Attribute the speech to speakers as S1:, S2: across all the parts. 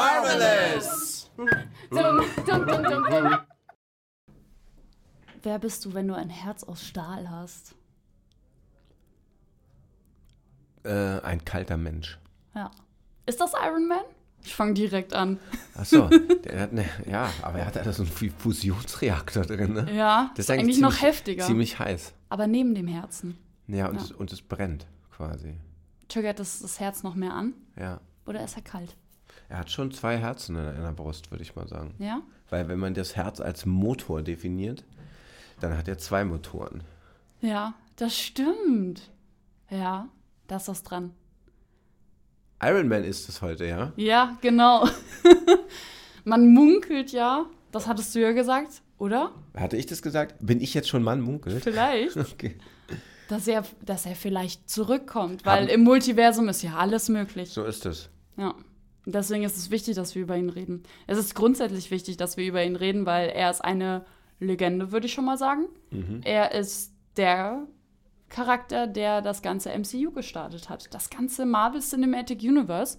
S1: Marvelous!
S2: Wer bist du, wenn du ein Herz aus Stahl hast?
S1: Äh, ein kalter Mensch.
S2: Ja. Ist das Iron Man? Ich fange direkt an.
S1: Achso, der hat ne, ja, aber er hat da so einen Fu- Fusionsreaktor drin, ne?
S2: Ja,
S1: Das
S2: ist eigentlich noch
S1: ziemlich-
S2: heftiger.
S1: Ziemlich heiß.
S2: Aber neben dem Herzen.
S1: Ja, und,
S2: Ja.
S1: Es, und es brennt quasi.
S2: Triggert das, das Herz noch mehr an?
S1: Ja.
S2: Oder ist er kalt?
S1: Er hat schon zwei Herzen in einer Brust, würde ich mal sagen.
S2: Ja?
S1: Weil wenn man das Herz als Motor definiert, dann hat er zwei Motoren.
S2: Ja, das stimmt. Ja, da ist was dran.
S1: Iron Man ist es heute, ja?
S2: Ja, genau. Man munkelt ja. Das hattest du ja gesagt, oder?
S1: Hatte ich das gesagt? Bin ich jetzt schon Mann Munkel?
S2: Vielleicht.
S1: Okay.
S2: Dass er, dass er vielleicht zurückkommt, weil
S1: Haben-
S2: im Multiversum ist ja alles möglich.
S1: So ist es.
S2: Ja. Und Deswegen ist es wichtig, dass wir über ihn reden. Es ist grundsätzlich wichtig, dass wir über ihn reden, weil er ist eine Legende, würde ich schon mal sagen.
S1: Mhm.
S2: Er ist der Charakter, der das ganze MCU gestartet hat. Das ganze Marvel Cinematic Universe.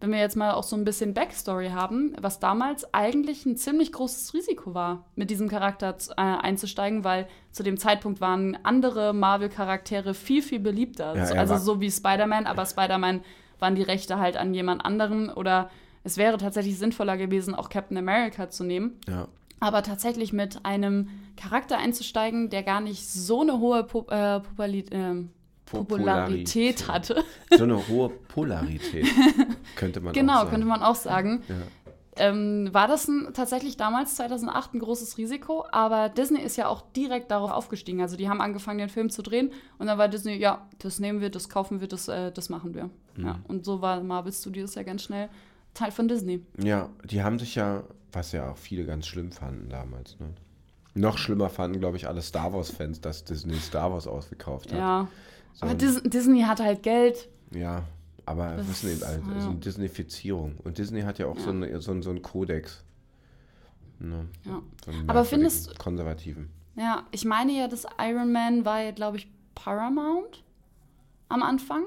S2: Wenn wir jetzt mal auch so ein bisschen Backstory haben, was damals eigentlich ein ziemlich großes Risiko war, mit diesem Charakter z- äh, einzusteigen, weil zu dem Zeitpunkt waren andere Marvel-Charaktere viel, viel beliebter.
S1: Ja, er
S2: also
S1: war-
S2: so wie Spider-Man, aber Spider-Man waren die Rechte halt an jemand anderen oder es wäre tatsächlich sinnvoller gewesen, auch Captain America zu nehmen.
S1: Ja.
S2: Aber tatsächlich mit einem Charakter einzusteigen, der gar nicht so eine hohe po äh, Populi- ähm, Popularität hatte.
S1: So eine hohe Polarität, könnte man auch
S2: genau,
S1: sagen.
S2: könnte man auch sagen.
S1: Ja.
S2: Ähm, war das ein, tatsächlich damals 2008 ein großes Risiko, aber Disney ist ja auch direkt darauf aufgestiegen. Also die haben angefangen, den Film zu drehen und dann war Disney, ja, das nehmen wir, das kaufen wir, das, äh, das machen wir. Ja, und so war Marvel Studios ja ganz schnell Teil von Disney.
S1: Ja, die haben sich ja, was ja auch viele ganz schlimm fanden damals, ne? Noch schlimmer fanden, glaube ich, alle Star Wars-Fans, dass Disney Star Wars ausgekauft hat.
S2: Ja.
S1: So
S2: Aber
S1: ein-
S2: Dis Disney hat halt Geld.
S1: Ja, aber
S2: Das
S1: das wissen eben alle,
S2: ist, ja.
S1: so eine Disneyfizierung. Und Disney hat ja auch So, eine, so, einen- so einen Kodex. Ne?
S2: Ja.
S1: So einen
S2: Aber
S1: merkwürdigen,
S2: findest-
S1: Konservativen.
S2: Ja, ich meine ja, das Iron Man war ja, glaube ich, Paramount am Anfang.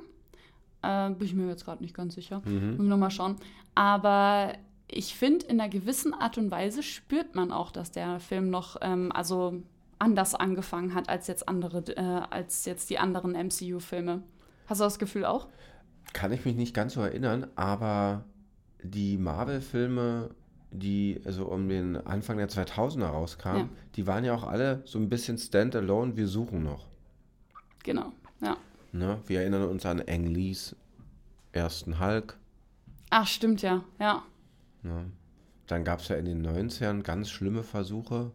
S2: Äh, bin ich mir jetzt gerade nicht ganz sicher.
S1: Mhm.
S2: Muss ich nochmal schauen. Aber ich finde, in einer gewissen Art und Weise spürt man auch, dass der Film noch, ähm, also anders angefangen hat als jetzt andere, äh, als jetzt die anderen MCU-Filme. Hast du das Gefühl auch?
S1: Kann ich mich nicht ganz so erinnern, aber die Marvel-Filme, die also um den Anfang der 2000er rauskamen,
S2: Ja.
S1: die waren ja auch alle so ein bisschen standalone, wir suchen noch.
S2: Genau. Ja.
S1: Ne? Wir erinnern uns an Ang Lees ersten Hulk.
S2: Ach, stimmt ja. Ja.
S1: Ne? Dann gab es ja in den 90ern ganz schlimme Versuche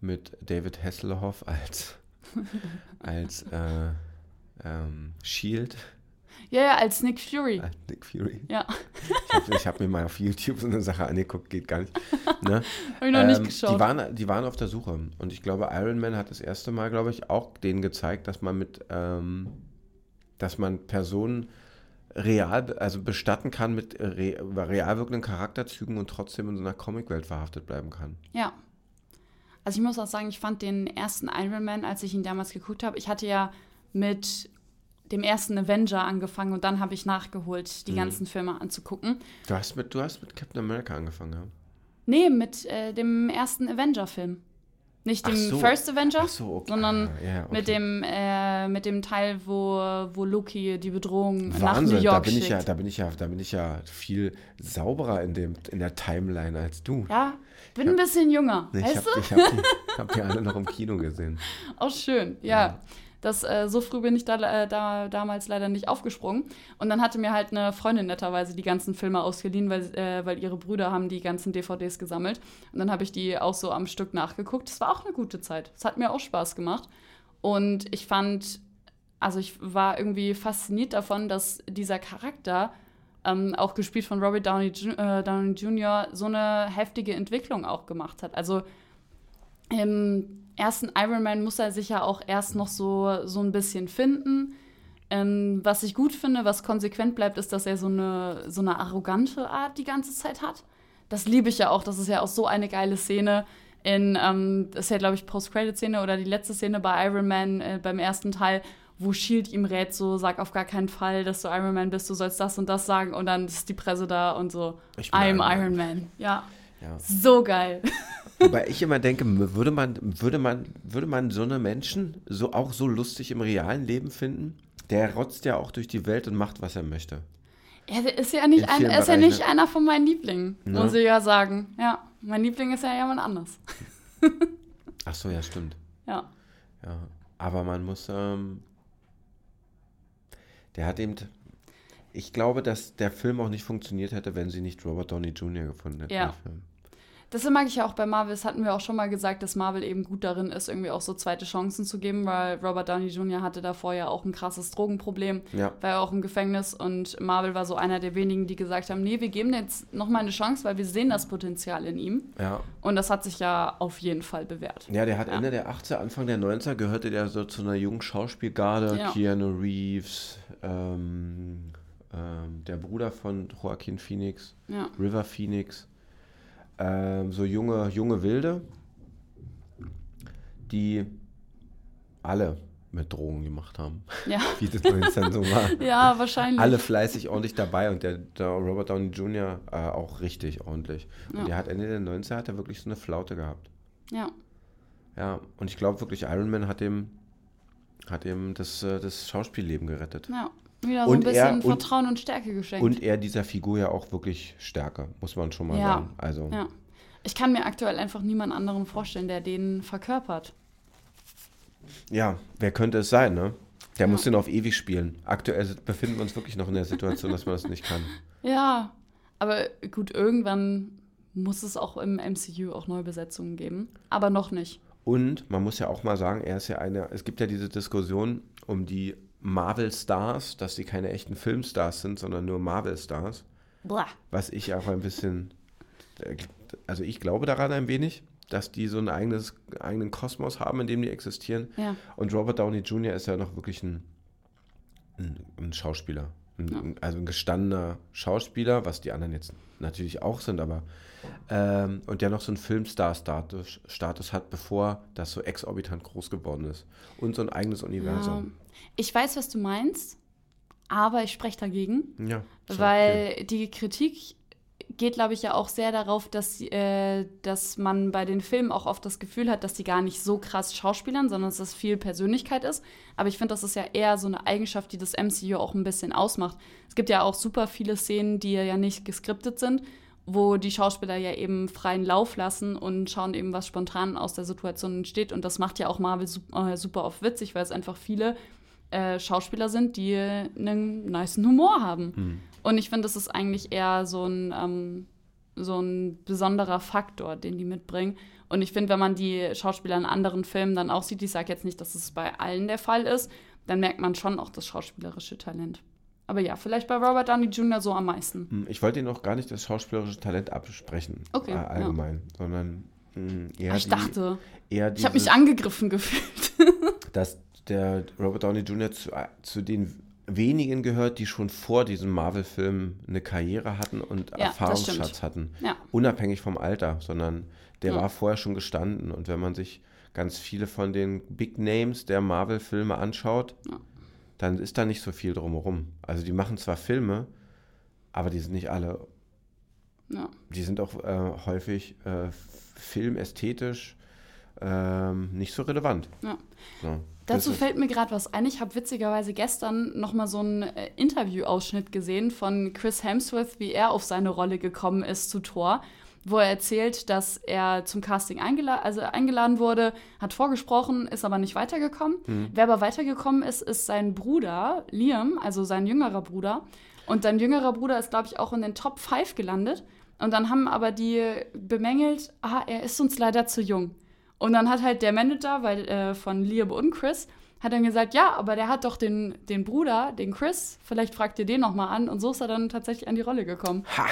S1: mit David Hasselhoff als, als äh, ähm, Shield,
S2: Ja, ja, als Nick Fury.
S1: als Nick Fury.
S2: Ja.
S1: Ich hab- Ich habe mir mal auf YouTube so eine Sache angeguckt, geht gar nicht. Ne?
S2: Habe ich noch
S1: Ähm,
S2: nicht geschaut.
S1: Die waren, die waren auf der Suche. Und ich glaube, Iron Man hat das erste Mal, glaube ich, auch denen gezeigt, dass man mit, ähm, dass man Personen real, be- also bestatten kann mit re, real wirkenden Charakterzügen und trotzdem in so einer Comicwelt verhaftet bleiben kann.
S2: Ja. Also ich muss auch sagen, ich fand den ersten Iron Man, als ich ihn damals geguckt habe, ich hatte ja mit dem ersten Avenger angefangen und dann habe ich nachgeholt, die
S1: Mhm.
S2: ganzen Filme anzugucken.
S1: Du hast mit, du hast mit Captain America angefangen, ja?
S2: Nee, mit äh, dem ersten Avenger-Film. Nicht
S1: Ach
S2: dem
S1: so.
S2: First Avenger,
S1: Ach so, okay.
S2: sondern
S1: Ah, ja, okay.
S2: mit, dem, äh, mit dem Teil, wo, wo Loki die Bedrohung nach New
S1: Wahnsinn,
S2: York
S1: da bin
S2: schickt.
S1: ich ja, da bin ich ja, da bin ich ja viel sauberer in dem, in der Timeline als du.
S2: ja, bin ein bisschen jünger,
S1: Ich
S2: weißt
S1: habe
S2: du?
S1: hab die, hab die alle noch im Kino gesehen.
S2: Auch schön, ja. Das, äh, so früh bin ich da, äh, da damals leider nicht aufgesprungen. Und dann hatte mir halt eine Freundin netterweise die ganzen Filme ausgeliehen, weil, äh, weil ihre Brüder haben die ganzen DVDs gesammelt. Und dann habe ich die auch so am Stück nachgeguckt. Es war auch eine gute Zeit. Es hat mir auch Spaß gemacht. Und ich fand, also ich war irgendwie fasziniert davon, dass dieser Charakter, ähm, auch gespielt von Robert Downey, Ju- äh, Downey Jr., so eine heftige Entwicklung auch gemacht hat. Also im ersten Iron Man muss er sich ja auch erst noch so, so ein bisschen finden. Ähm, was ich gut finde, was konsequent bleibt, ist, dass er so eine, so eine arrogante Art die ganze Zeit hat. das liebe ich ja auch. Das ist ja auch so eine geile Szene. In, ähm, das ist ja, glaube ich, Post-Credit-Szene oder die letzte Szene bei Iron Man äh, beim ersten Teil, wo Shield ihm rät, so sag auf gar keinen Fall, dass du Iron Man bist, du sollst das und das sagen und dann ist die Presse da und so,
S1: Ich bin
S2: I'm Iron
S1: Iron Man.
S2: Man. Ja.
S1: Ja.
S2: So geil.
S1: Wobei ich immer denke, würde man, würde, man, würde man so eine Menschen so auch so lustig im realen Leben finden? Der rotzt ja auch durch die Welt und macht, was er möchte.
S2: Er ist ja nicht,
S1: In
S2: ein,
S1: vielen
S2: er ist ja
S1: Bereichen,
S2: nicht
S1: ne?
S2: einer von meinen Lieblingen,
S1: Ne?
S2: muss ich ja sagen. Ja, mein Liebling ist ja jemand anders.
S1: Ach so, ja, stimmt.
S2: Ja.
S1: Ja. Aber man muss, ähm, der hat eben, ich glaube, dass der Film auch nicht funktioniert hätte, wenn sie nicht Robert Downey Jr. gefunden hätten.
S2: Ja.
S1: den Film.
S2: Das mag ich ja auch bei Marvel. Das hatten wir auch schon mal gesagt, dass Marvel eben gut darin ist, irgendwie auch so zweite Chancen zu geben, weil Robert Downey Jr. hatte davor ja auch ein krasses Drogenproblem,
S1: Ja.
S2: war ja auch im Gefängnis und Marvel war so einer der wenigen, die gesagt haben, nee, wir geben dem jetzt nochmal eine Chance, weil wir sehen das Potenzial in ihm.
S1: Ja.
S2: Und das hat sich ja auf jeden Fall bewährt.
S1: Ja, der hat
S2: Ja.
S1: Ende der 80er, Anfang der 90er gehörte der so zu einer jungen Schauspielgarde.
S2: Ja.
S1: Keanu Reeves, ähm, ähm, der Bruder von Joaquin Phoenix,
S2: Ja.
S1: River Phoenix. Ähm, so junge, junge Wilde, die alle mit Drogen gemacht haben,
S2: Ja,
S1: wie das 19 so war.
S2: ja wahrscheinlich.
S1: Alle fleißig ordentlich dabei und der, der Robert Downey Jr. Äh, auch richtig ordentlich. Und
S2: Ja.
S1: der hat Ende der 90er hat er wirklich so eine Flaute gehabt.
S2: Ja.
S1: Ja, und ich glaube wirklich, Iron Man hat ihm, hat ihm das, äh, das Schauspielleben gerettet.
S2: ja. Wieder so ein
S1: Und
S2: bisschen
S1: er- und-
S2: Vertrauen und Stärke geschenkt.
S1: Und er dieser Figur ja auch wirklich stärker, muss man schon mal
S2: Ja.
S1: sagen. Also,
S2: ja. Ich kann mir aktuell einfach niemand anderen vorstellen, der den verkörpert.
S1: ja, wer könnte es sein, ne? Der muss den auf ewig spielen. Aktuell befinden wir uns wirklich noch in der Situation, dass man das nicht kann.
S2: Ja, aber gut, irgendwann muss es auch im MCU auch neue Besetzungen geben. Aber noch nicht.
S1: Und man muss ja auch mal sagen, er ist ja einer, es gibt ja diese Diskussion um die Marvel-Stars, dass sie keine echten Filmstars sind, sondern nur Marvel-Stars.
S2: Blah.
S1: was ich auch ein bisschen, also ich glaube daran ein wenig, dass die so ein eigenes, eigenen Kosmos haben, in dem die existieren.
S2: Ja,
S1: Und Robert Downey Jr. ist ja noch wirklich ein, ein, ein Schauspieler. Ein,
S2: Ja.
S1: ein- Also ein gestandener Schauspieler, was die anderen jetzt natürlich auch sind, aber ähm, und der noch so einen Filmstar-Status Status hat, bevor das so exorbitant groß geworden ist. Und so ein eigenes
S2: ja.
S1: Universum.
S2: Ähm, Ich weiß, was du meinst, aber ich spreche dagegen.
S1: Ja. ist ja okay.
S2: Weil die Kritik geht, glaube ich, ja auch sehr darauf, dass, äh, dass man bei den Filmen auch oft das Gefühl hat, dass die gar nicht so krass schauspielern, sondern dass das viel Persönlichkeit ist. Aber ich finde, das ist ja eher so eine Eigenschaft, die das MCU auch ein bisschen ausmacht. Es gibt ja auch super viele Szenen, die ja nicht geskriptet sind, wo die Schauspieler ja eben freien Lauf lassen und schauen eben, was spontan aus der Situation entsteht. Und das macht ja auch Marvel su- äh, super oft witzig, weil es einfach viele äh, Schauspieler sind, die einen niceen Humor haben.
S1: Hm.
S2: Und ich finde, das ist eigentlich eher so ein, ähm, so ein besonderer Faktor, den die mitbringen. Und ich finde, wenn man die Schauspieler in anderen Filmen dann auch sieht, ich sage jetzt nicht, dass es bei allen der Fall ist, dann merkt man schon auch das schauspielerische Talent. Aber ja, vielleicht bei Robert Downey Jr. so am meisten.
S1: Hm, Ich wollte Ihnen auch gar nicht das schauspielerische Talent absprechen,
S2: Okay,
S1: äh,
S2: ja.
S1: allgemein, sondern mh, eher
S2: ich
S1: die-
S2: dachte,
S1: eher
S2: ich habe
S1: dieses,
S2: mich angegriffen gefühlt.
S1: dass der Robert Downey Jr. Zu, äh, zu den wenigen gehört, die schon vor diesem Marvel-Film eine Karriere hatten und
S2: das
S1: Erfahrungsschatz
S2: stimmt. Hm.
S1: hatten,
S2: ja,
S1: unabhängig vom Alter, sondern der
S2: Ja.
S1: war vorher schon gestanden und wenn man sich ganz viele von den Big Names der Marvel-Filme anschaut,
S2: Ja.
S1: dann ist da nicht so viel drumherum. Also die machen zwar Filme, aber die sind nicht alle
S2: ja,
S1: die sind auch äh, häufig äh, filmästhetisch ähm, nicht so relevant.
S2: ja.
S1: So,
S2: Dazu
S1: das ist-
S2: fällt mir gerade was ein. Ich habe witzigerweise gestern noch mal so einen äh, Interviewausschnitt gesehen von Chris Hemsworth, wie er auf seine Rolle gekommen ist zu Thor, wo er erzählt, dass er zum Casting eingela also eingeladen wurde, hat vorgesprochen, ist aber nicht weitergekommen. Wer aber weitergekommen ist, ist sein Bruder Liam, also sein jüngerer Bruder. Und sein jüngerer Bruder ist, glaube ich, auch in den Top 5 gelandet. Und dann haben aber die bemängelt, ah, er ist uns leider zu jung. Und dann hat halt der Manager weil, äh, von Liam und Chris hat dann gesagt, ja, aber der hat doch den, den Bruder, den Chris, vielleicht fragt ihr den nochmal an. Und so ist er dann tatsächlich an die Rolle gekommen.
S1: Ha!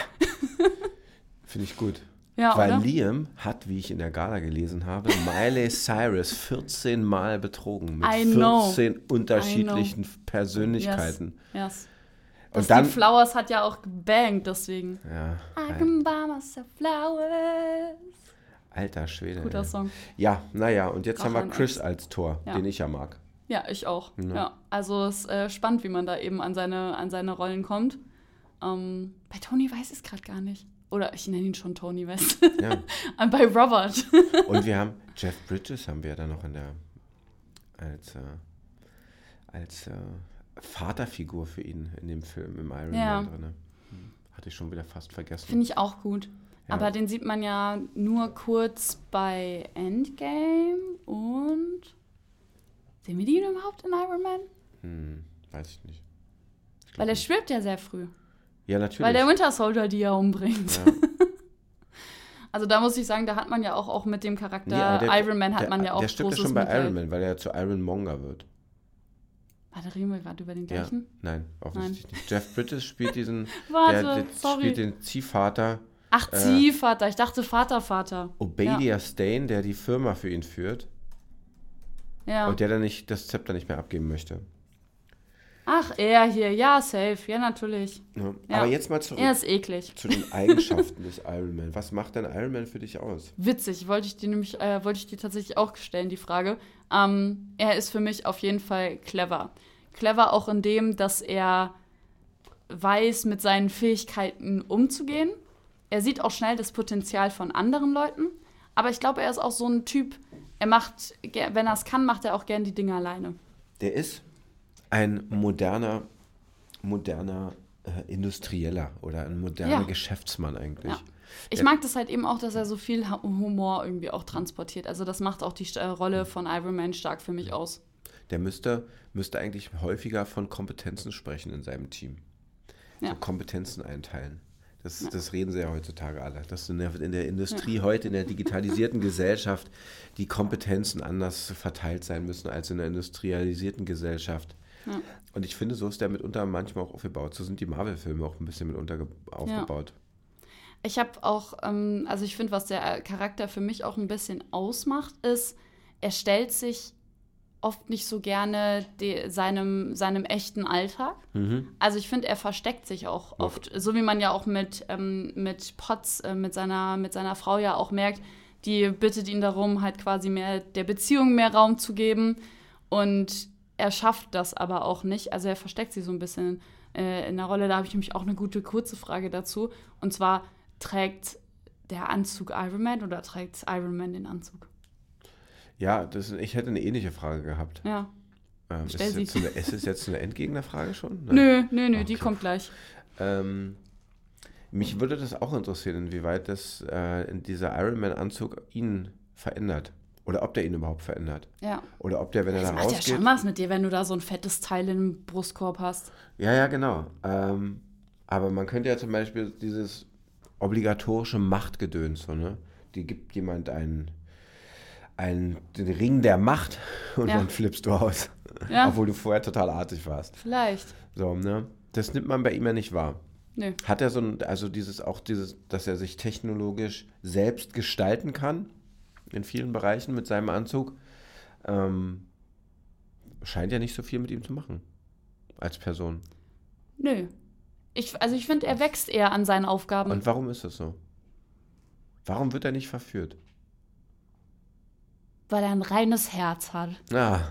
S1: Finde ich gut.
S2: Ja,
S1: Weil
S2: oder?
S1: Liam hat, wie ich in der Gala gelesen habe, Miley Cyrus 14 Mal betrogen mit
S2: I know.
S1: 14 unterschiedlichen Persönlichkeiten.
S2: Yes. yes. Das
S1: Und dann.
S2: Lied Flowers hat ja auch gebangt, deswegen.
S1: Ja,
S2: I
S1: Al-
S2: can buy myself flowers.
S1: alter Schwede.
S2: Guter
S1: ey.
S2: Song.
S1: Ja, naja, und jetzt haben wir
S2: Kacheln
S1: Chris
S2: Ex.
S1: als Tor,
S2: Ja.
S1: den ich ja mag.
S2: Ja, ich auch.
S1: Ja.
S2: Ja. Also es ist äh, spannend, wie man da eben an seine, an seine Rollen kommt. Ähm, bei Tony weiß ich es gerade gar nicht. Oder ich nenne ihn schon Tony West.
S1: Ja.
S2: Und bei Robert.
S1: Und wir haben Jeff Bridges haben wir dann noch in der als äh, als äh, Vaterfigur für ihn in dem Film im Iron
S2: Ja.
S1: Man drin. Hatte ich schon wieder fast vergessen.
S2: Finde ich auch gut.
S1: Ja.
S2: Aber den sieht man ja nur kurz bei Endgame und. Sehen wir den überhaupt in Iron Man?
S1: hm, weiß ich nicht. Ich glaub
S2: Weil er
S1: nicht.
S2: stirbt ja sehr früh.
S1: ja natürlich.
S2: Weil der Winter Soldier die ja umbringt.
S1: ja.
S2: Also da muss ich sagen, da hat man ja auch, auch mit dem
S1: Nee,
S2: Charakter
S1: aber der-
S2: Iron Man hat
S1: der,
S2: man ja auch
S1: Der stirbt ja
S2: großes
S1: schon bei
S2: Mitleid.
S1: Iron Man, weil er ja zu Iron Monger wird.
S2: Warte, reden wir gerade über den
S1: Ja.
S2: gleichen?
S1: Nein, offensichtlich nicht. Jeff Bridges spielt diesen
S2: Warte,
S1: der, der
S2: sorry.
S1: spielt den Ziehvater
S2: Ach,
S1: Äh,
S2: Ziehvater. Ich dachte Vater, Vater.
S1: Obedia Stane, der die Firma für ihn führt
S2: Ja.
S1: und der dann nicht das Zepter nicht mehr abgeben möchte.
S2: Ach, er hier. Ja, safe. Ja, natürlich.
S1: Ja.
S2: Ja.
S1: Aber jetzt mal zurück
S2: Er ist eklig.
S1: zu den Eigenschaften des Iron Man. Was macht denn Iron Man für dich aus?
S2: Witzig, wollte ich dir nämlich, äh, wollte ich dir tatsächlich auch stellen, die Frage. Ähm, er ist für mich auf jeden Fall clever. Clever auch in dem, dass er weiß, mit seinen Fähigkeiten umzugehen. Er sieht auch schnell das Potenzial von anderen Leuten. Aber ich glaube, er ist auch so ein Typ, er macht, ge- wenn er es kann, macht er auch gern die Dinge alleine.
S1: Der ist ein moderner, moderner äh, Industrieller oder ein moderner
S2: Ja.
S1: Geschäftsmann eigentlich.
S2: Ja. Ich
S1: Ja.
S2: mag das halt eben auch, dass er so viel Ha- Humor irgendwie auch transportiert. Also das macht auch die äh, Rolle von Iron Man stark für mich aus.
S1: Der müsste, müsste eigentlich häufiger von Kompetenzen sprechen in seinem Team. So
S2: Ja.
S1: Kompetenzen einteilen. Das, das reden sie ja heutzutage alle. Dass in der, in der Industrie heute, in der digitalisierten Gesellschaft, die Kompetenzen anders verteilt sein müssen als in der industrialisierten Gesellschaft.
S2: Ja.
S1: Und ich finde, so ist der mitunter manchmal auch aufgebaut. So sind die Marvel-Filme auch ein bisschen mitunter ge- aufgebaut.
S2: Ich habe auch, ähm, also ich finde, was der äh, Charakter für mich auch ein bisschen ausmacht, ist, er stellt sich oft nicht so gerne de seinem, seinem echten Alltag.
S1: Mhm.
S2: Also ich finde, er versteckt sich auch oft, so wie man ja auch mit, ähm, mit Potts, äh, mit, seiner, mit seiner Frau ja auch merkt, die bittet ihn darum, halt quasi mehr der Beziehung mehr Raum zu geben. Und er schafft das aber auch nicht. Also er versteckt sie so ein bisschen äh, in der Rolle. Da habe ich nämlich auch eine gute kurze Frage dazu. Und zwar trägt der Anzug Iron Man oder trägt Iron Man den Anzug?
S1: Ja, das, ich hätte eine ähnliche Frage gehabt.
S2: Ja.
S1: Ähm, ist,
S2: Stell
S1: es
S2: sie.
S1: jetzt eine, ist es jetzt eine Endgegnerfrage schon? Nein.
S2: Nö, nö, nö, die
S1: Okay.
S2: kommt gleich.
S1: Ähm, mich würde das auch interessieren, inwieweit das äh, in dieser Iron Man-Anzug ihn verändert. Oder ob der ihn überhaupt verändert.
S2: Ja.
S1: Oder ob der, wenn er
S2: Das
S1: da
S2: macht ja
S1: rausgeht.
S2: schon was mit dir, wenn du da so ein fettes Teil im Brustkorb hast.
S1: Ja, ja, genau. Ähm, aber man könnte ja zum Beispiel dieses obligatorische Machtgedöns, so, ne? Die gibt jemand einen, einen den Ring der Macht und
S2: Ja.
S1: dann flippst du aus.
S2: Ja.
S1: Obwohl du vorher total artig warst.
S2: Vielleicht.
S1: So, ne? Das nimmt man bei ihm ja nicht wahr.
S2: Nö.
S1: Hat er so ein, also dieses, auch dieses, dass er sich technologisch selbst gestalten kann, in vielen Bereichen mit seinem Anzug, ähm, scheint ja nicht so viel mit ihm zu machen, als Person.
S2: Nö. Ich, also ich finde, er wächst eher an seinen Aufgaben.
S1: Und warum ist das so? Warum wird er nicht verführt?
S2: weil er ein reines Herz hat.
S1: Ah.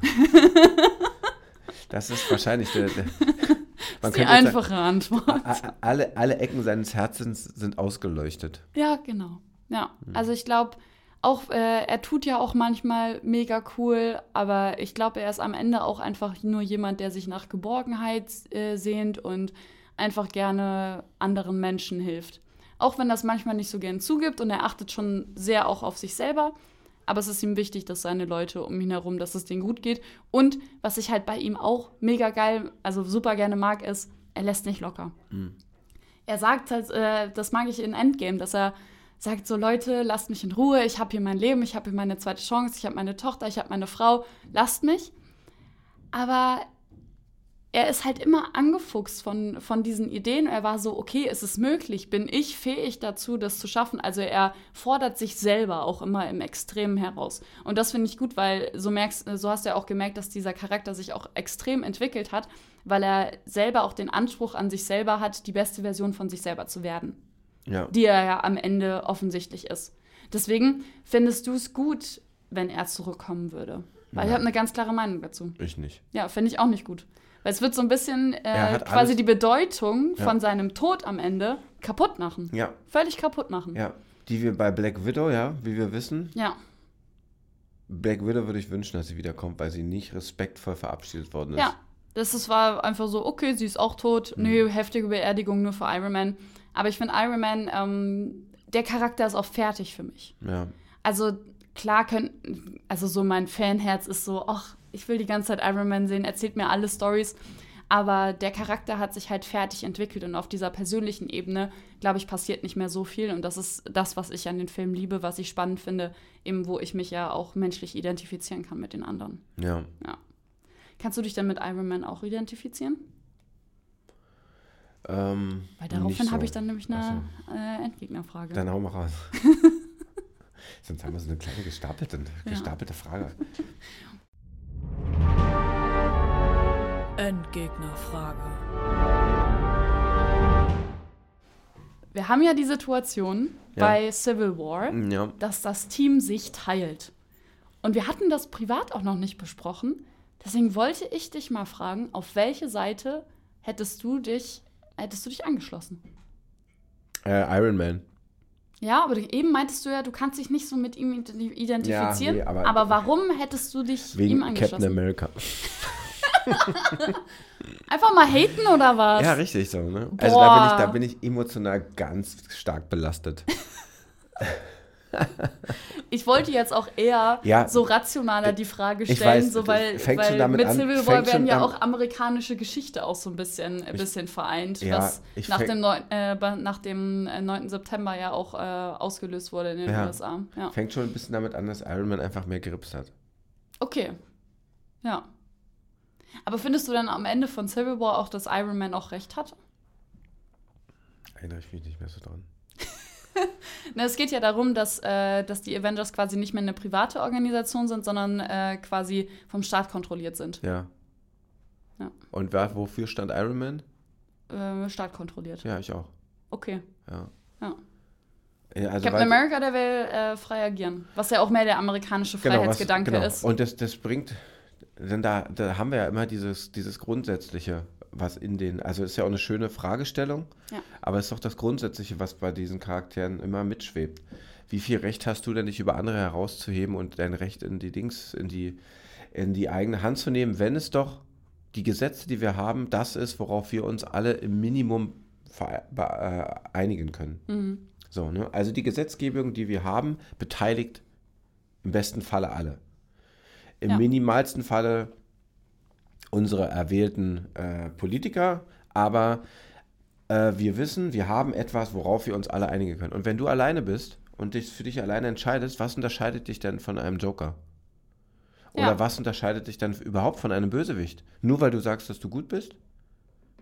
S1: das ist wahrscheinlich der, der
S2: Das ist die
S1: könnte jetzt
S2: einfache Antwort.
S1: sagen, a- a- alle, alle Ecken seines Herzens sind ausgeleuchtet.
S2: Ja, genau. Ja, also ich glaube, auch äh, er tut ja auch manchmal mega cool, aber ich glaube, er ist am Ende auch einfach nur jemand, der sich nach Geborgenheit äh, sehnt und einfach gerne anderen Menschen hilft. Auch wenn das manchmal nicht so gern zugibt und er achtet schon sehr auch auf sich selber. Aber es ist ihm wichtig, dass seine Leute um ihn herum, dass es denen gut geht. Und was ich halt bei ihm auch mega geil, also super gerne mag, ist, er lässt nicht locker. Er sagt halt, äh, das mag ich in Endgame, dass er sagt so, Leute, lasst mich in Ruhe, ich habe hier mein Leben, ich habe hier meine zweite Chance, ich habe meine Tochter, ich habe meine Frau, lasst mich. Aber er ist halt immer angefuchst von, von diesen Ideen. Er war so, okay, ist es möglich? Bin ich fähig dazu, das zu schaffen? Also er fordert sich selber auch immer im Extremen heraus. Und das finde ich gut, weil so merkst, so hast du ja auch gemerkt, dass dieser Charakter sich auch extrem entwickelt hat, weil er selber auch den Anspruch an sich selber hat, die beste Version von sich selber zu werden.
S1: Ja.
S2: Die er ja am Ende offensichtlich ist. Deswegen findest du es gut, wenn er zurückkommen würde. Weil ich
S1: Ja.
S2: habe eine ganz klare Meinung dazu.
S1: Ich nicht.
S2: Ja, finde ich auch nicht gut. Weil es wird so ein bisschen
S1: Er
S2: äh,
S1: hat
S2: quasi
S1: alles-
S2: die Bedeutung
S1: Ja.
S2: von seinem Tod am Ende kaputt machen.
S1: Ja,
S2: Völlig kaputt machen.
S1: ja. Die wir bei Black Widow, ja, wie wir wissen,
S2: Ja.
S1: Black Widow würde ich wünschen, dass sie wiederkommt, weil sie nicht respektvoll verabschiedet worden ist.
S2: Ja. Das ist, war einfach so, okay, sie ist auch tot.
S1: Mhm.
S2: Nö, heftige Beerdigung nur für Iron Man. Aber ich finde, Iron Man, ähm, der Charakter ist auch fertig für mich.
S1: Ja.
S2: Also klar können, also so mein Fanherz ist so, ach, ich will die ganze Zeit Iron Man sehen, erzählt mir alle Stories. Aber der Charakter hat sich halt fertig entwickelt und auf dieser persönlichen Ebene, glaube ich, passiert nicht mehr so viel. Und das ist das, was ich an den Filmen liebe, was ich spannend finde, eben wo ich mich ja auch menschlich identifizieren kann mit den anderen.
S1: ja.
S2: Kannst du dich denn mit Iron Man auch identifizieren?
S1: Ähm,
S2: Weil
S1: nicht
S2: daraufhin
S1: so.
S2: habe ich dann nämlich eine
S1: Ach
S2: äh, Endgegnerfrage.
S1: Dann hau mal raus. Sonst haben wir so eine kleine gestapelte, gestapelte Frage.
S3: Endgegnerfrage.
S2: Wir haben ja die Situation
S1: Ja.
S2: bei Civil War,
S1: Ja.
S2: dass das Team sich teilt. Und wir hatten das privat auch noch nicht besprochen. Deswegen wollte ich dich mal fragen, auf welche Seite hättest du dich, hättest du dich angeschlossen?
S1: Äh, Iron Man.
S2: Ja, aber du- eben meintest du ja, du kannst dich nicht so mit ihm ident- identifizieren.
S1: nee,
S2: aber,
S1: aber-
S2: warum hättest du dich ihm
S1: Wegen Captain
S2: angeschlossen?
S1: America.
S2: Einfach mal haten oder was?
S1: Ja, richtig so, ne? Also da
S2: Boah.
S1: bin, ich, da bin ich emotional ganz stark belastet.
S2: ich wollte jetzt auch eher
S1: Ja.
S2: so rationaler die Frage
S1: Ich
S2: stellen,
S1: weiß,
S2: so weil,
S1: fängt
S2: weil
S1: schon damit
S2: mit
S1: an,
S2: Civil
S1: fängt
S2: War werden
S1: schon
S2: ja
S1: am-
S2: auch amerikanische Geschichte auch so ein bisschen, ein bisschen vereint,
S1: Ja,
S2: was
S1: ich
S2: nach
S1: fäng-
S2: dem, neun, äh, bei- nach dem äh, 9. September ja auch äh, ausgelöst wurde in den
S1: Ja.
S2: USA. Ja.
S1: Fängt schon ein bisschen damit an, dass Iron Man einfach mehr Grips hat.
S2: Okay. Ja. Aber findest du dann am Ende von Civil War auch, dass Iron Man auch recht hat?
S1: Erinnere ich mich nicht mehr so dran.
S2: Na, es geht ja darum, dass, äh, dass die Avengers quasi nicht mehr eine private Organisation sind, sondern äh, quasi vom Staat kontrolliert sind.
S1: Ja.
S2: Ja.
S1: Und wer, wofür stand Iron Man?
S2: Äh, Staat kontrolliert.
S1: Ja, ich auch.
S2: Okay.
S1: Ja.
S2: Ja.
S1: Ja, Also
S2: Captain
S1: weil-
S2: America, der will äh, frei agieren. Was ja auch mehr der amerikanische
S1: Genau, was-
S2: Freiheitsgedanke ist.
S1: Und das, das bringt, denn da, da haben wir ja immer dieses, dieses Grundsätzliche, was in den, also ist ja auch eine schöne Fragestellung,
S2: Ja.
S1: aber es ist doch das Grundsätzliche, was bei diesen Charakteren immer mitschwebt. Wie viel Recht hast du denn, dich über andere herauszuheben und dein Recht in die Dings, in die, in die eigene Hand zu nehmen, wenn es doch die Gesetze, die wir haben, das ist, worauf wir uns alle im Minimum vere- be- äh, einigen können.
S2: Mhm.
S1: So, ne? Also die Gesetzgebung, die wir haben, beteiligt im besten Falle alle. Im
S2: Ja.
S1: minimalsten Falle unsere erwählten äh, Politiker, aber äh, wir wissen, wir haben etwas, worauf wir uns alle einigen können. Und wenn du alleine bist und dich für dich alleine entscheidest, was unterscheidet dich denn von einem Joker? Oder
S2: Ja.
S1: was unterscheidet dich dann überhaupt von einem Bösewicht? Nur weil du sagst, dass du gut bist?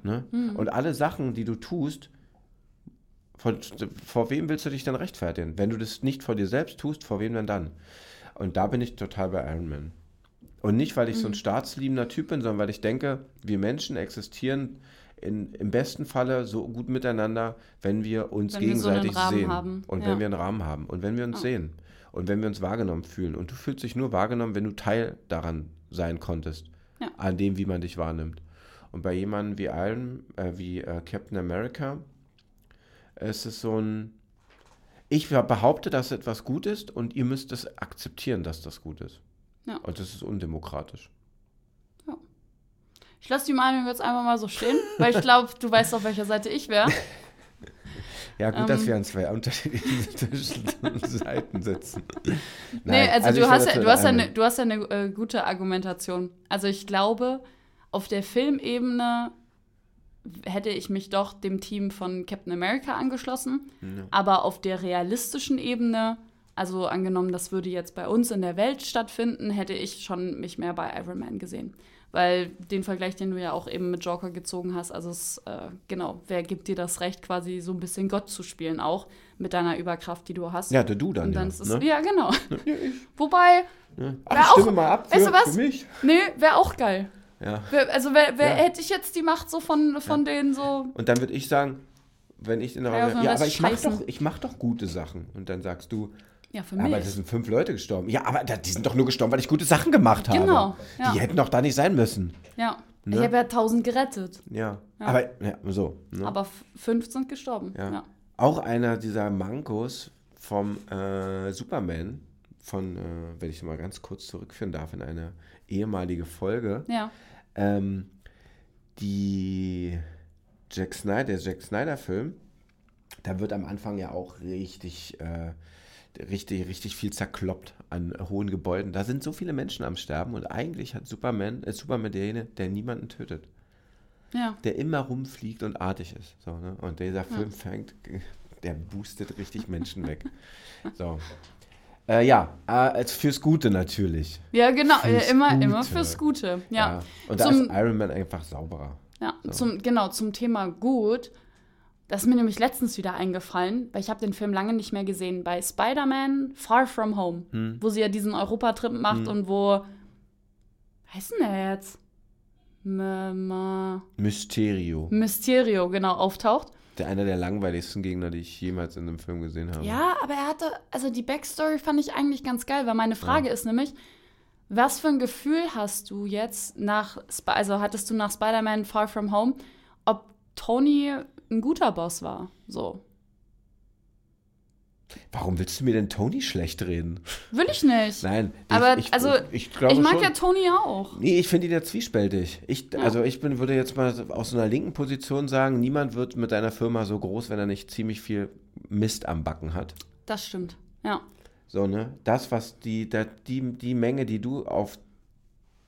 S1: Ne? Und alle Sachen, die du tust, vor, vor wem willst du dich dann rechtfertigen? Wenn du das nicht vor dir selbst tust, vor wem denn dann? Und da bin ich total bei Iron Man. Und nicht, weil ich
S2: Mhm.
S1: so ein staatsliebender Typ bin, sondern weil ich denke, wir Menschen existieren in, im besten Falle so gut miteinander, wenn wir uns
S2: Wenn wir so einen
S1: gegenseitig
S2: Rahmen
S1: sehen.
S2: haben,
S1: Und
S2: ja. Ah.
S1: wenn wir einen Rahmen haben und wenn wir uns sehen und wenn wir uns wahrgenommen fühlen. Und du fühlst dich nur wahrgenommen, wenn du Teil daran sein konntest,
S2: Ja.
S1: an dem, wie man dich wahrnimmt. Und bei jemandem wie Iron, äh, wie äh, Captain America, es ist so ein. Ich behaupte, dass etwas gut ist und ihr müsst es akzeptieren, dass das gut ist.
S2: Ja.
S1: Und das ist undemokratisch.
S2: Ich lasse die Meinung jetzt einfach mal so stehen, weil ich glaube, du weißt, auf welcher Seite ich wäre.
S1: Ja, gut,
S2: Ähm.
S1: dass wir an zwei unterschiedlichen Seiten sitzen.
S2: Nee,
S1: Nein,
S2: also,
S1: ich
S2: du,
S1: wäre
S2: hast ja,
S1: dazu
S2: du hast ja
S1: einig.
S2: eine, du hast ja eine äh, gute Argumentation. Also ich glaube, auf der Filmebene hätte ich mich doch dem Team von Captain America angeschlossen.
S1: Ja.
S2: Aber auf der realistischen Ebene, also angenommen, das würde jetzt bei uns in der Welt stattfinden, hätte ich schon mich mehr bei Iron Man gesehen. Weil den Vergleich, den du ja auch eben mit Joker gezogen hast, also es, äh, genau, wer gibt dir das Recht, quasi so ein bisschen Gott zu spielen, auch mit deiner Überkraft, die du hast.
S1: Ja, der du dann.
S2: Und dann
S1: ja,
S2: ist es,
S1: ne?
S2: ja, genau.
S1: Ja, ich,
S2: Wobei,
S1: ne?
S2: Ja,
S1: Ach, ich stimme
S2: auch-
S1: mal ab für,
S2: weißt du was?
S1: für mich.
S2: nee, wäre auch geil.
S1: Ja.
S2: Wär, also wer, wer
S1: Ja.
S2: hätte ich jetzt die Macht so von, von denen so.
S1: Und dann würde ich sagen, wenn ich in der
S2: Ja,
S1: Rolle,
S2: sondern
S1: ja,
S2: das
S1: aber ich mach,
S2: Scheißen.
S1: doch, ich mach doch gute Sachen. Und dann sagst du,
S2: Ja, für
S1: ja, aber
S2: mich.
S1: das sind fünf Leute gestorben. Ja, aber da- die sind doch nur gestorben, weil ich gute Sachen gemacht habe.
S2: Genau, ja.
S1: Die hätten doch da nicht sein müssen.
S2: ja.
S1: Ne?
S2: Ich habe ja 1000 gerettet,
S1: Ja. Aber ja, so. Ne?
S2: aber f- fünf sind gestorben.
S1: Ja.
S2: ja.
S1: Auch einer dieser Mankos vom äh, Superman, von, äh, wenn ich mal ganz kurz zurückführen darf in eine ehemalige Folge,
S2: Ja,
S1: ähm, die Jack Snyder, der Jack Snyder-Film, da wird am Anfang ja auch richtig, äh, richtig, richtig viel zerkloppt an hohen Gebäuden. Da sind so viele Menschen am Sterben und eigentlich hat Superman, ist Superman derjenige, der niemanden tötet
S2: ja.
S1: der immer rumfliegt und artig ist. So, ne? Und dieser Film fängt, der boostet richtig Menschen weg. So. Äh, ja, äh, als fürs Gute natürlich.
S2: Ja, genau,
S1: Fürs
S2: äh, immer, immer
S1: Gute.
S2: fürs Gute. Ja.
S1: Und da
S2: zum,
S1: ist Iron Man einfach sauberer.
S2: ja zum, genau, zum Thema gut. Das ist mir nämlich letztens wieder eingefallen, weil ich habe den Film lange nicht mehr gesehen. Bei Spider-Man Far From Home,
S1: Hm.
S2: wo sie ja diesen Europatrip macht und wo. Wie heißt denn der jetzt? Mama.
S1: Mysterio.
S2: Mysterio, genau, auftaucht.
S1: Der einer der langweiligsten Gegner, die ich jemals in einem Film gesehen habe.
S2: Ja, aber er hatte, also die Backstory fand ich eigentlich ganz geil, weil meine Frage ist nämlich, was für ein Gefühl hast du jetzt nach, Sp- also hattest du nach Spider-Man Far From Home, ob Tony ein guter Boss war? So.
S1: Warum willst du mir denn Tony schlecht reden?
S2: Will ich nicht.
S1: Nein,
S2: Aber,
S1: ich, ich,
S2: also,
S1: ich, glaube
S2: ich mag
S1: schon.
S2: ja Tony auch.
S1: Nee, ich finde ihn ja zwiespältig. Ich, Also ich bin, würde jetzt mal aus so einer linken Position sagen, niemand wird mit einer Firma so groß, wenn er nicht ziemlich viel Mist am Backen hat.
S2: Das stimmt. Ja.
S1: So, ne? Das, was die, da, die, die Menge, die du auf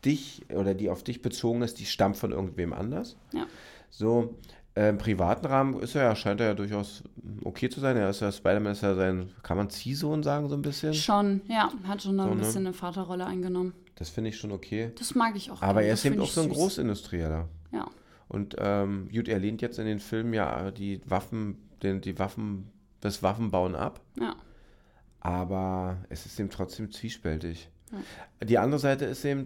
S1: dich oder die auf dich bezogen ist, die stammt von irgendwem anders.
S2: Ja.
S1: So, äh, im privaten Rahmen ist er ja, scheint er ja durchaus okay zu sein. Er ist ja Spider-Man, ist ja sein, kann man Ziehsohn sagen, so ein bisschen.
S2: Schon, ja. Hat schon noch
S1: So,
S2: ein
S1: ne?
S2: bisschen eine Vaterrolle eingenommen.
S1: Das finde ich schon okay.
S2: Das mag ich auch.
S1: Aber
S2: gerne.
S1: er
S2: Das
S1: ist eben
S2: find
S1: auch
S2: ich
S1: so ein
S2: süß.
S1: Großindustrieller.
S2: Ja.
S1: Und ähm, gut, er lehnt jetzt in den Filmen ja die Waffen, den, die Waffen, das Waffenbauen ab.
S2: Ja.
S1: Aber es ist eben trotzdem zwiespältig. Die andere Seite ist eben,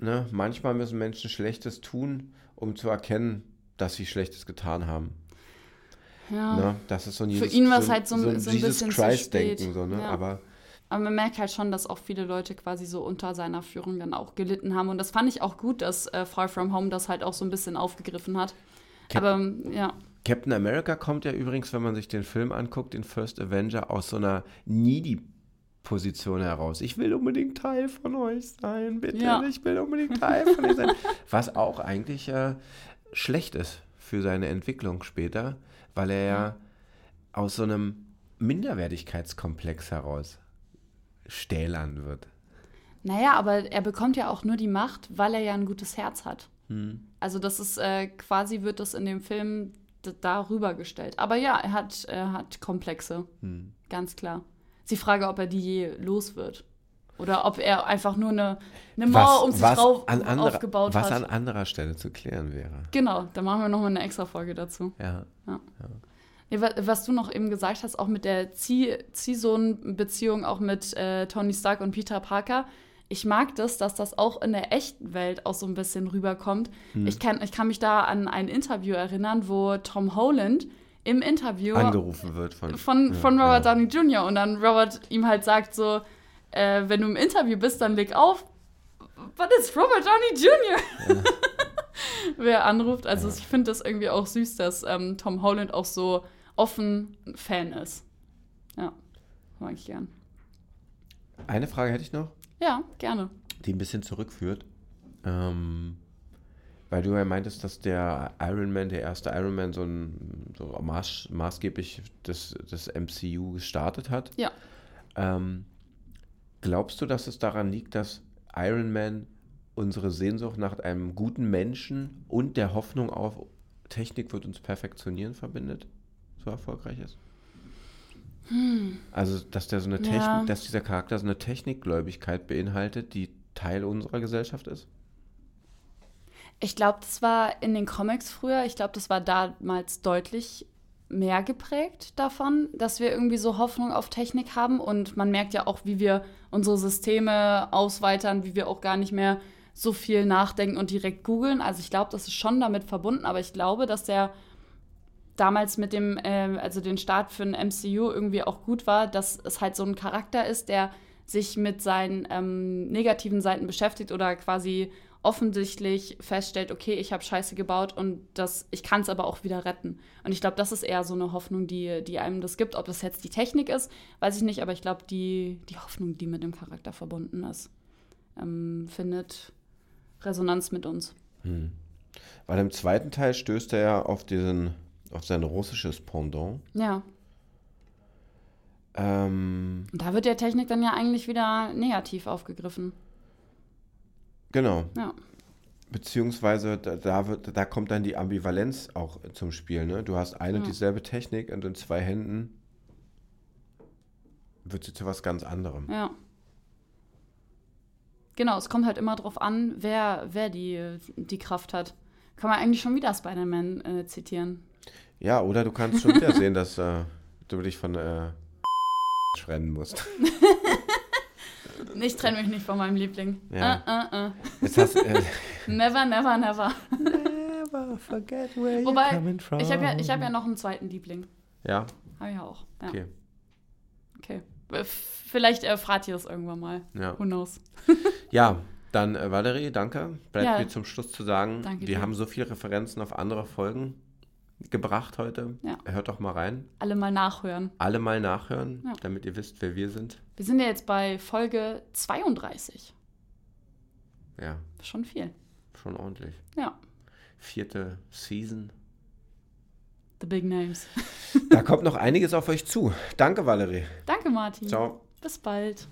S1: ne, manchmal müssen Menschen Schlechtes tun, um zu erkennen, dass sie Schlechtes getan haben.
S2: ja.
S1: Ne? Das ist so ein
S2: Ah. Für
S1: Jesus,
S2: ihn war's halt so ein- so ein
S1: Jesus
S2: bisschen zu
S1: Christ-Denken.
S2: spät.
S1: So, ne?
S2: Ja.
S1: Aber
S2: Aber man merkt halt schon, dass auch viele Leute quasi so unter seiner Führung dann auch gelitten haben. Und das fand ich auch gut, dass äh, Far From Home das halt auch so ein bisschen aufgegriffen hat.
S1: Cap-
S2: Aber ähm, ja,
S1: Captain America kommt ja übrigens, wenn man sich den Film anguckt, den First Avenger, aus so einer needy Position heraus. Ich will unbedingt Teil von euch sein, bitte.
S2: Ja.
S1: Ich will unbedingt Teil von euch sein. Was auch eigentlich äh, schlecht ist für seine Entwicklung später, weil er ja aus so einem Minderwertigkeitskomplex heraus stählern wird.
S2: naja, aber er bekommt ja auch nur die Macht, weil er ja ein gutes Herz hat.
S1: Hm.
S2: Also das ist äh, quasi wird das in dem Film d- darüber gestellt. Aber ja, er hat, er hat Komplexe,
S1: Hm.
S2: ganz klar. Ist die Frage, ob er die je los wird. Oder ob er einfach nur eine, eine Mauer um sich drauf
S1: an anderer-
S2: aufgebaut
S1: was an
S2: hat.
S1: anderer Stelle zu klären wäre.
S2: genau, da machen wir nochmal eine extra Folge dazu.
S1: Ja.
S2: Ja, wa- was du noch eben gesagt hast, auch mit der Zieh- Ziehsohn-Beziehung, auch mit äh, Tony Stark und Peter Parker. Ich mag das, dass das auch in der echten Welt auch so ein bisschen rüberkommt. Ich, kann, ich kann mich da an ein Interview erinnern, wo Tom Holland im Interview
S1: Angerufen wird von,
S2: von, von
S1: ja,
S2: Robert
S1: ja.
S2: Downey Jr. und dann Robert ihm halt sagt so, äh, wenn du im Interview bist, dann leg auf. Was ist Robert Downey Jr.? Wer anruft. Also ich finde das irgendwie auch süß, dass ähm, Tom Holland auch so offen Fan ist. Ja, mag ich gern.
S1: Eine Frage hätte ich noch.
S2: Ja, gerne.
S1: die ein bisschen zurückführt. Ähm, weil du ja meintest, dass der Iron Man, der erste Iron Man, so, ein, so maß, maßgeblich das, das MCU gestartet hat.
S2: Ja.
S1: Ähm, glaubst du, dass es daran liegt, dass Iron Man unsere Sehnsucht nach einem guten Menschen und der Hoffnung auf Technik wird uns perfektionieren verbindet? So erfolgreich ist? Also, dass der so eine Technik,
S2: Hm. Ja.
S1: dass dieser Charakter so eine Technikgläubigkeit beinhaltet, die Teil unserer Gesellschaft ist?
S2: Ich glaube, das war in den Comics früher, ich glaube, das war damals deutlich mehr geprägt davon, dass wir irgendwie so Hoffnung auf Technik haben. Und man merkt ja auch, wie wir unsere Systeme ausweitern, wie wir auch gar nicht mehr so viel nachdenken und direkt googeln. Also ich glaube, das ist schon damit verbunden, aber ich glaube, dass der damals mit dem, äh, also den Start für ein MCU irgendwie auch gut war, dass es halt so ein Charakter ist, der sich mit seinen ähm, negativen Seiten beschäftigt oder quasi offensichtlich feststellt, okay, ich habe Scheiße gebaut und das, ich kann es aber auch wieder retten. Und ich glaube, das ist eher so eine Hoffnung, die, die einem das gibt. Ob das jetzt die Technik ist, weiß ich nicht, aber ich glaube, die, die Hoffnung, die mit dem Charakter verbunden ist, ähm, findet Resonanz mit uns. Hm.
S1: Weil im zweiten Teil stößt er ja auf diesen, auf sein russisches Pendant.
S2: Ja. Ähm, Und da wird der Technik dann ja eigentlich wieder negativ aufgegriffen.
S1: Genau.
S2: Ja.
S1: Beziehungsweise da, da, wird, da kommt dann die Ambivalenz auch zum Spiel. Ne? Du hast eine und ja. dieselbe Technik und in zwei Händen wird sie zu was ganz anderem.
S2: Ja. Genau, es kommt halt immer drauf an, wer, wer die, die Kraft hat. Kann man eigentlich schon wieder Spider-Man äh, zitieren.
S1: Ja, oder du kannst schon wieder sehen, dass äh, du dich von äh, trennen musst.
S2: Ich trenne mich nicht von meinem Liebling. Ja. Uh, uh, uh.
S1: Hast,
S2: äh, never, never, never.
S1: Never forget where
S2: Wobei,
S1: you're coming from.
S2: Ich habe ja, ich hab ja noch einen zweiten Liebling.
S1: Ja.
S2: Habe ich ja auch. Ja.
S1: Ähm. Okay.
S2: Okay. Vielleicht erfahrt ihr das irgendwann mal.
S1: Ja.
S2: Who knows?
S1: ja, dann äh, Valerie, danke. Bleibt ja. mir zum Schluss zu sagen,
S2: Danke
S1: wir
S2: dir.
S1: haben so viele Referenzen auf andere Folgen gebracht heute.
S2: Ja.
S1: Hört doch mal rein.
S2: Alle mal nachhören.
S1: Alle mal nachhören,
S2: Ja.
S1: damit ihr wisst, wer wir sind.
S2: Wir sind ja jetzt bei Folge 32.
S1: Ja,
S2: Schon viel.
S1: schon ordentlich.
S2: Ja.
S1: Vierte Season.
S2: The Big Names.
S1: Da kommt noch einiges auf euch zu. Danke, Valerie.
S2: Danke, Martin.
S1: Ciao.
S2: Bis bald.